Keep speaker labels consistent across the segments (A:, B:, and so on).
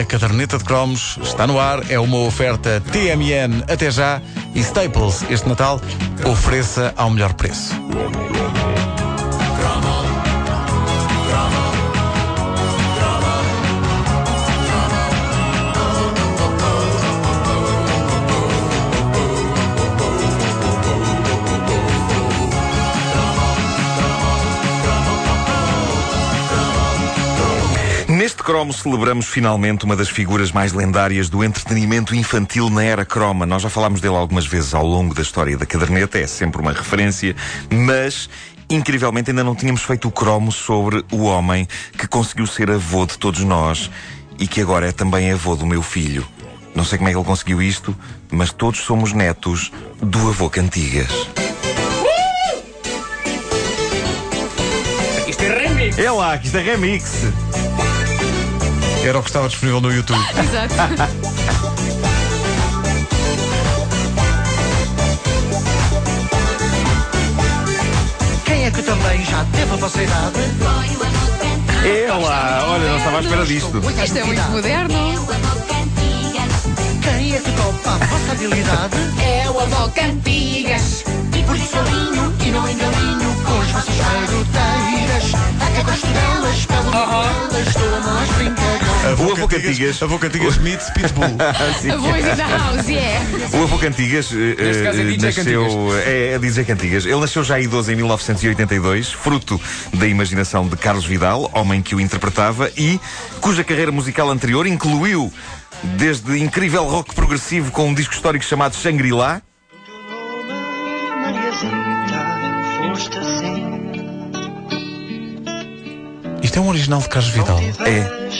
A: A caderneta de cromos está no ar, é uma oferta TMN até já e Staples este Natal ofereça ao melhor preço.
B: Neste cromo celebramos finalmente uma das figuras mais lendárias do entretenimento infantil na era croma. Nós já falámos dele algumas vezes ao longo da história da caderneta, é sempre uma referência, mas incrivelmente ainda não tínhamos feito o cromo sobre o homem que conseguiu ser avô de todos nós e que agora é também avô do meu filho. Não sei como é que ele conseguiu isto, mas todos somos netos do avô Cantigas.
C: Isto é remix.
B: É lá, que isto é remix!
A: Era o que estava disponível no YouTube.
D: Exato.
E: Quem é que também já teve a vossa idade?
B: É lá! Olha, não estava à espera disto.
E: Muita
D: Isto é muito
E: novidade.
D: moderno.
E: Quem é que topa a vossa habilidade?
D: É o avô Cantigas.
E: Por isso eu linho e não engalinho com as vossas garoteiras. Até gosto delas, pelo menos delas, dou a nós brincadeiras.
B: O avô Cantigas.
A: Avô Cantigas Meets Pitbull.
D: A voz in the house, é.
B: O avô Cantigas eh,
C: Neste caso é
B: eh,
C: DJ
B: nasceu.
C: Cantigas.
B: É, é DJ Cantigas. Ele nasceu já idoso em 1982, fruto da imaginação de Carlos Vidal, homem que o interpretava e cuja carreira musical anterior incluiu desde incrível rock progressivo com um disco histórico chamado Shangri-La.
A: Isto é um original de Carlos Vidal.
B: É,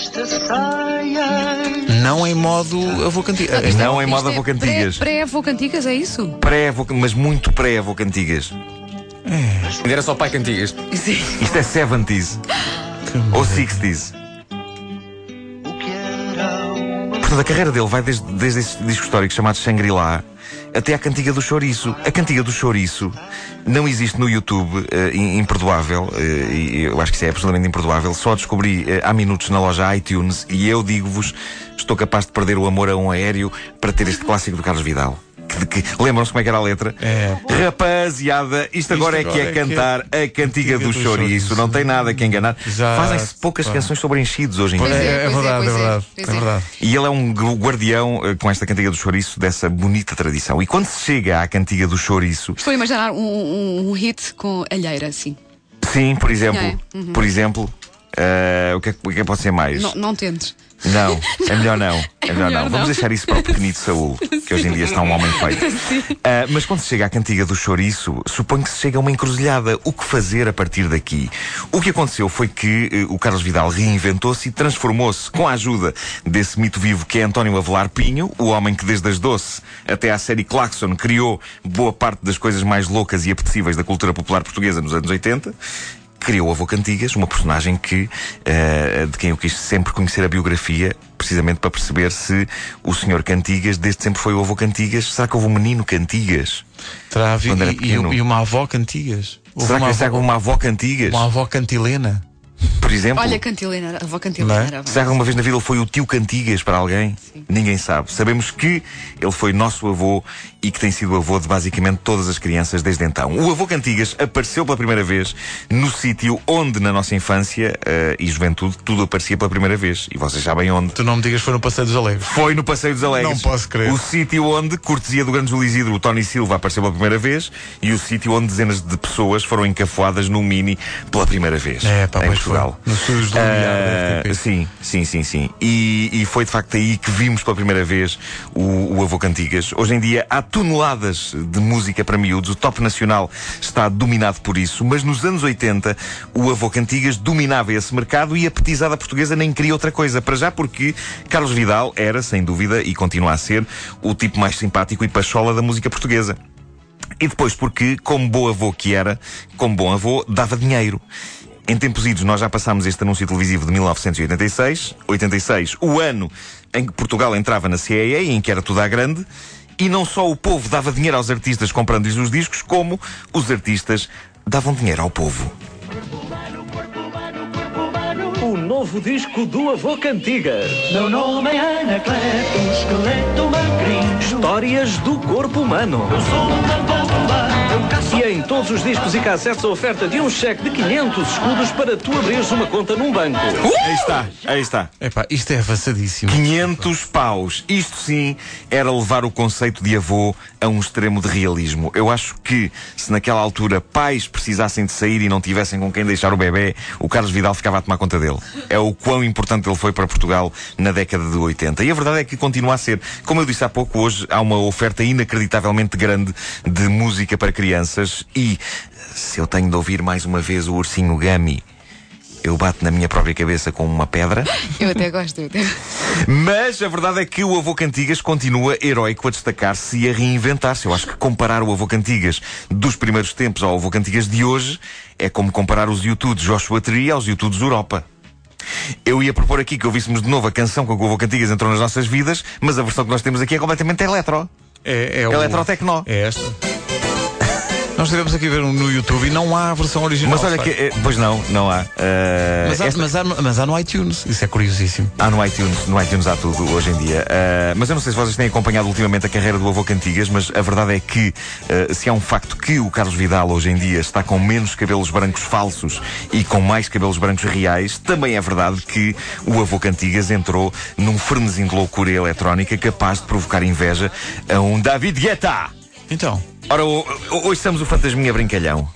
A: Não em modo avô Cantigas.
B: não em moda
D: Isto
B: avô
D: é
B: Cantigas.
D: Pré-avô Cantigas, é isso?
B: Pré-avô, mas muito pré-avô Cantigas.
C: Era só pai cantigas.
D: Sim.
B: Isto é 70s ou 60s. Portanto, a carreira dele vai desde, desde esse disco histórico chamado Shangri-La até à Cantiga do Chouriço. A Cantiga do Chouriço não existe no YouTube, eh, in- imperdoável, eh, e eu acho que isso é absolutamente imperdoável. Só descobri eh, há minutos na loja iTunes e eu digo-vos: estou capaz de perder o amor a um aéreo para ter este clássico do Carlos Vidal. Que- que- Lembram-se como é que era a letra?
A: É.
B: Rapaziada, isto,
A: agora
B: agora, é
A: é
B: que
A: que
B: é
A: é
B: cantar a Cantiga do,
A: do
B: Chouriço.
A: Chouriço.
B: Não tem nada que enganar.
A: Exato,
B: Fazem-se poucas
A: pá.
B: canções sobre enchidos hoje em dia.
A: É, é
D: pois
A: verdade, é,
D: pois
A: verdade.
D: pois
A: é verdade.
B: E ele é um gu- guardião eh, com esta cantiga do chouriço dessa bonita tradição. E quando se chega à cantiga do chouriço,
D: Estou a imaginar um, um- um hit com alheira, assim.
B: sim, por exemplo,
D: É,
B: por exemplo, eh, o, que é, que- o que é que pode ser mais?
D: Não, não tentes.
B: Não, é melhor não. É, melhor, não.
D: melhor
B: Vamos
D: não.
B: deixar isso para o pequenito Saúl, que hoje em dia está um homem feito. Ah, mas quando se chega à cantiga do chouriço, suponho que se chega a uma encruzilhada. O que fazer a partir daqui? O que aconteceu foi que eh, o Carlos Vidal reinventou-se e transformou-se com a ajuda desse mito vivo que é António Avelar Pinho, o homem que desde as doce até à série Claxon criou boa parte das coisas mais loucas e apetecíveis da cultura popular portuguesa nos anos 80 criou o avô Cantigas, uma personagem que eh, de quem eu quis sempre conhecer a biografia, precisamente para perceber se o senhor Cantigas desde sempre foi o avô Cantigas. Será que houve um menino Cantigas?
A: Terá havido-
B: Quando era
A: e- e,
B: pequeno.
A: e uma avó Cantigas. Houve
B: será que é
A: uma
B: será que
A: avó,
B: houve uma avó Cantigas?
A: uma avó cantilena?
B: Por exemplo?
D: Olha, Cantilena, era- avó Cantilena.
A: Não é?
D: era bem.
B: Será que alguma vez na vida ele foi o tio Cantigas para alguém? Ninguém sabe. Sabemos que ele foi nosso avô e que tem sido avô de basicamente todas as crianças desde então. O avô Cantigas apareceu pela primeira vez no sítio onde, na nossa infância eh, e juventude, tudo aparecia pela primeira vez. E vocês sabem onde.
A: Tu não me digas que foi no Passeio dos Alegres.
B: Foi no Passeio dos Alegres.
A: Não posso crer.
B: O sítio onde, cortesia do grande Júlio Isidro, o Tony Silva apareceu pela primeira vez e o sítio onde dezenas de pessoas foram encafuadas no Mini pela primeira vez.
A: É, pá,
B: em
A: pois
B: Portugal.
A: foi. Nos estúdios do Lumiar,
B: Ah,
A: da RTP.
B: Sim, sim, sim, sim. E, e foi de facto aí que vimos pela primeira vez o, o Avô Cantigas. Hoje em dia há toneladas de música para miúdos, o top nacional está dominado por isso, mas nos anos 80 o Avô Cantigas dominava esse mercado e a petizada portuguesa nem queria outra coisa. Para já porque Carlos Vidal era, sem dúvida, e continua a ser, o tipo mais simpático e pachola da música portuguesa. E depois porque, como bom avô que era, como bom avô, dava dinheiro. Em tempos idos, nós já passámos este anúncio televisivo de 1986, 86, o ano em que Portugal entrava na CEE, em que era tudo à grande, e não só o povo dava dinheiro aos artistas comprando-lhes os discos, como os artistas davam dinheiro ao povo.
F: O o novo disco do Avô Cantigas.
E: Meu nome é Anacleto, esqueleto magrinho.
F: um Histórias do corpo humano.
E: Eu sou um tambor, eu caço
F: é um E em todos os discos e cassetes a oferta de um cheque de 500 escudos para tu abrires uma conta num banco.
B: Aí está, aí está.
A: Epá, isto é avançadíssimo.
B: 500 paus. Isto sim era levar o conceito de avô a um extremo de realismo. Eu acho que se naquela altura pais precisassem de sair e não tivessem com quem deixar o bebê, o Carlos Vidal ficava a tomar conta dele. É o quão importante ele foi para Portugal na década de 80. E a verdade é que continua a ser. Como eu disse há pouco, hoje há uma oferta inacreditavelmente grande de música para crianças e se eu tenho de ouvir mais uma vez o Ursinho Gummy, eu bato na minha própria cabeça com uma pedra.
D: Eu até gosto. Eu até...
B: Mas a verdade é que o Avô Cantigas continua heróico a destacar-se e a reinventar-se. Eu acho que comparar o Avô Cantigas dos primeiros tempos ao Avô Cantigas de hoje é como comparar os YouTubes Joshua Tree aos YouTubes Europa. Eu ia propor aqui que ouvíssemos de novo a canção com que o Avô Cantigas entrou nas nossas vidas, mas a versão que nós temos aqui é completamente eletro.
A: É, é o...
B: Eletrotecnó.
A: É esta. Nós estivemos aqui a ver um no YouTube e não há a versão original.
B: Mas olha
A: de
B: que.
A: facto.
B: eh, Pois não, não há. Ah,
A: É Mas há, mas, há, no- mas há no iTunes. Isso é curiosíssimo.
B: Há no iTunes, no iTunes há tudo hoje em dia. Ah, mas eu não sei se vocês têm acompanhado ultimamente a carreira do Avô Cantigas, mas a verdade é que ah, se há um facto que o Carlos Vidal hoje em dia está com menos cabelos brancos falsos e com mais cabelos brancos reais, também é verdade que o Avô Cantigas entrou num frenesim de loucura eletrónica capaz de provocar inveja a um David Guetta.
A: Então,
B: Ora, ho- ho- hoje estamos o fantasminha brincalhão.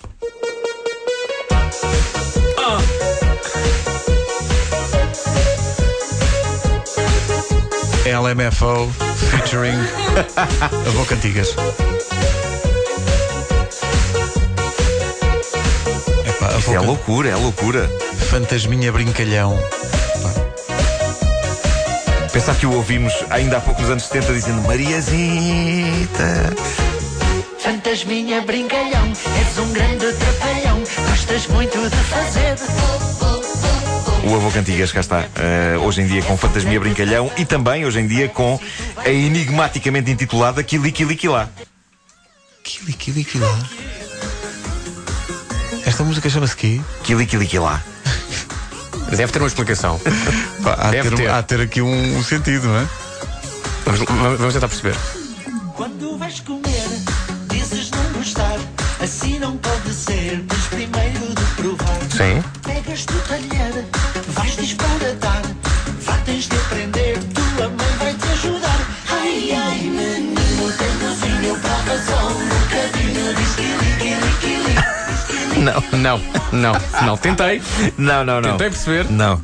A: LMFO featuring Avô Cantigas. Epá, Avô
B: É
A: Can-
B: loucura, é loucura.
A: Fantasminha Brincalhão.
B: Pensar que o ouvimos ainda há pouco nos anos 70 dizendo Mariazita.
E: Fantasminha brincalhão, és um grande trapalhão, gostas muito de fazer.
B: O avô Cantigas, cá está. Eh, hoje em dia com Fantasmia Brincalhão e também hoje em dia com a enigmaticamente intitulada Kili Kili Kilá.
A: Kili, kili, kilá. Esta música chama-se quê?
B: Kili Kili Kilá.
C: Deve ter uma explicação.
A: Pá, há,
C: Deve
A: ter,
C: ter.
A: há de ter aqui um, um sentido, não é?
C: Vamos, vamos- vamos tentar perceber.
G: Quando vais comer, dizes não gostar. Assim não pode ser, mas primeiro de provar.
C: Sim.
G: Pegas do talher, vais disparatar. Vá, tens de aprender, tua mãe vai te ajudar. Ai, ai, menino, um tem cozinho para a razão. Bocadinho de esquiliquiliquili.
C: Não, não, não, não. Tentei.
B: Não, não, não.
C: Tentei perceber.
B: Não.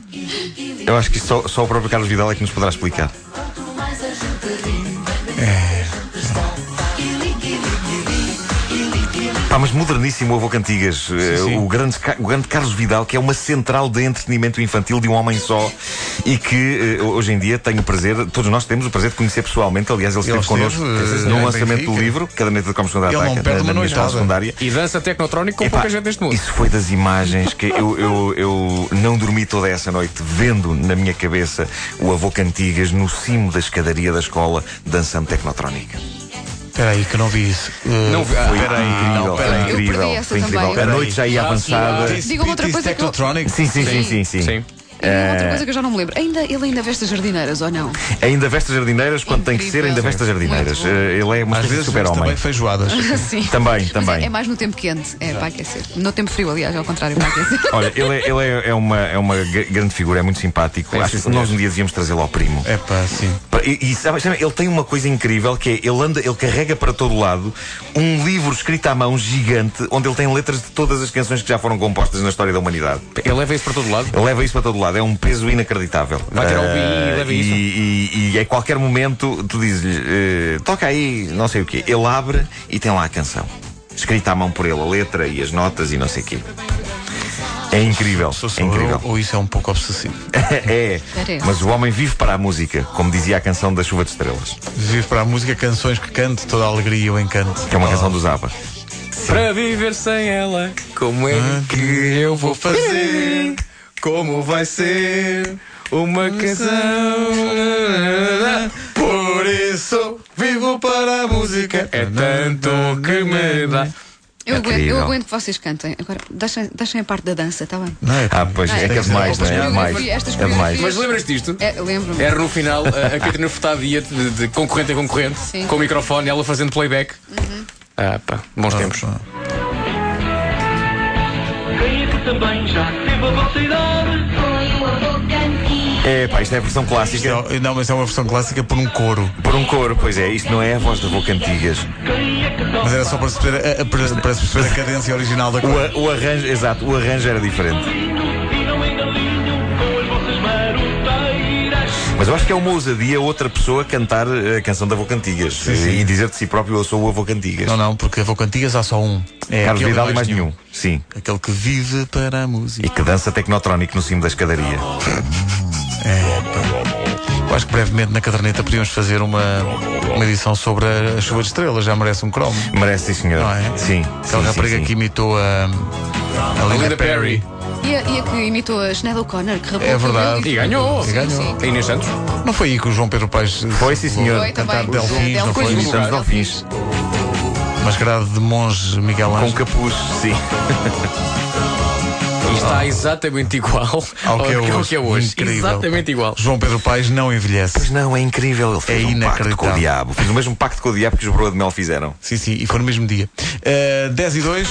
B: Eu acho que só, só o próprio Carlos Vidal é que nos poderá explicar. É.
G: Quanto mais a gente ri, bem melhor a gente está. Quiliquiliquili, quiliquili.
B: Pá, mas moderníssimo o avô Cantigas. Eh,
A: sim.
B: O, grande, Ca- o grande Carlos Vidal, que é uma central de entretenimento infantil de um homem só e que eh, hoje em dia tem o prazer, todos nós temos o prazer de conhecer pessoalmente. Aliás, ele,
A: Ele
B: esteve connosco
A: esteve, eh,
B: no
A: em
B: lançamento do
A: Benfica.
B: livro, Caderneta de Comes contra
A: Ele não
B: Ataca,
A: perde
B: na,
A: uma
B: na minha escola
A: noijada.
B: secundária.
C: E dança tecnotrónica com
B: Epá,
C: pouca gente neste mundo.
B: Isso foi das imagens que eu, eu, eu não dormi toda essa noite vendo na minha cabeça o avô Cantigas no cimo da escadaria da escola dançando tecnotrónica.
A: Espera aí, que eu não vi isso. Uh,
C: Não vi- ah,
B: Foi incrível,
A: não, peraí.
B: foi
D: Eu perdi
B: incrível,
D: essa
B: foi incrível.
D: também, eu
B: A
D: perdi.
B: noite já ia
C: Ah,
A: Eh,
B: avançada.
D: sim. Diga-me outra
A: This
D: coisa que eu-
A: Technotronic?
B: Sim, sim, sim, sim, sim.
C: Sim.
D: E
B: É.
D: outra coisa que eu já não me lembro. Ainda, ele ainda veste as jardineiras, ou não?
B: Ainda vestas jardineiras quando tem que ser,
D: Incrível.
B: ainda vestas jardineiras.
D: Muito bom.
B: Eh, Ele é uma
A: Às
B: espécie de
A: vezes vemos
B: super-homem.
A: também feijoadas.
D: Sim.
B: Também,
D: Mas
B: também.
D: é, é mais no tempo quente, é para aquecer. No tempo frio, aliás, ao contrário, para aquecer.
B: Olha, ele, é, ele é- é uma, é uma gr- grande figura, é muito simpático. Acho que nós um dia devíamos trazê-lo ao primo.
A: É pá, sim.
B: E, e sabe, sabe, ele tem uma coisa incrível que é ele anda, ele carrega para todo lado um livro escrito à mão gigante onde ele tem letras de todas as canções que já foram compostas na história da humanidade.
C: Ele leva isso para todo lado.
B: Ele leva isso para todo lado, é um peso inacreditável.
C: Vai ter ao BI e
B: Ah,
C: leva
B: e,
C: isso.
B: E, e a qualquer momento tu dizes-lhe, eh, toca aí, não sei o quê. Ele abre e tem lá a canção. Escrita à mão por ele, a letra e as notas e não sei o quê. É incrível.
A: Sou
B: É
A: só eu,
B: incrível.
A: ou isso é um pouco obsessivo?
B: é.
D: Parece.
B: Mas o homem vive para a música, como dizia a canção da Chuva de Estrelas,
A: Vivo para a música, canções que canto, toda a alegria e o encanto.
B: que é uma canção do Zappa.
C: Para viver sem ela, como é que eu vou fazer? Como vai ser uma canção?
A: Por isso vivo para a música.
C: É tanto que me dá.
D: Eu, aguento, eu
B: Incrível.
D: aguento que vocês cantem. Agora, deixem, deixem a parte da dança, está bem?
A: Não é?
B: Ah, pois
D: Não,
B: é que é
D: estas-
B: demais, não
D: estas
B: é? É demais.
D: coreografias- estas
B: É demais.
D: coreografias-
C: Mas lembras disto?
D: É, Lembro-me.
C: Era no final a, a Catarina Furtado ia de, de concorrente a concorrente
D: Sim.
C: com o microfone, ela fazendo playback. Ah, pá, bons tempos.
F: Quem é que também já teve a vossa idade?
B: É, pá, isto é a versão clássica.
A: Isto é- não, mas é uma versão clássica por um coro.
B: Por um coro, pois é, isto não é a voz da Boca Antigas.
F: Quem é que também
A: Mas era só para se perceber a, a- para, para se perceber a cadência original da
B: O,
A: coisa.
B: a- o arranjo, exato, o arranjo era diferente.
F: e não engalinho com as vossas maroteiras?
B: Mas eu acho que é uma ousadia outra pessoa cantar a canção da Boca Antigas e dizer de si próprio eu sou o Avô Cantigas.
A: Não, não, porque avô cantigas há só um. É
B: Carlos
A: aquele
B: Vidal e mais nenhum. Sim.
A: Aquele que vive para a
B: E
A: música.
B: que dança tecnotrónico no cimo da escadaria.
A: Eu acho que brevemente na caderneta podíamos fazer uma, uma edição sobre a, a chuva de estrelas, já merece um cromo.
B: Merece, sim, senhor.
A: Não é?
B: Sim.
A: Aquela
B: sim,
A: rapariga
B: sim,
A: que
B: sim.
A: imitou a, a
C: A
A: Linda,
C: Linda Perry.
D: E a, e a que imitou a Sinead O'Connor, que rapou
A: É
D: o cabelo
A: verdade.
C: E ganhou.
D: Sim,
A: ganhou.
D: sim.
C: A Inês Santos.
A: Não foi aí que o João Pedro Paes se-
B: Foi, sim, senhor.
D: Foi
A: Cantar
D: também.
A: Delfins, não foi?
D: Delfins.
B: Estamos Delfins.
A: Mascarado de monge Miguel
B: Com
A: Ângelo.
B: capuz, sim.
C: E está exatamente igual
A: Ah. Ao que é hoje. Incrível.
C: Exatamente igual.
A: João Pedro Paes não
B: Pois
A: envelhece.
B: não, é incrível. Ele
A: É
B: fez um pacto com
A: inacreditável.
B: o diabo. Fez o mesmo pacto com o diabo que os Broa de Mel fizeram.
A: Eh, Sim, sim, e foi no mesmo dia. Ah, 10 e 2.